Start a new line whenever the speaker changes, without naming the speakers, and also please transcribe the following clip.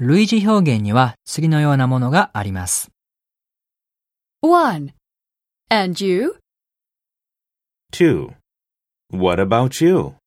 類似表現には次のようなものがあります。
1. And you?
Two. What about you?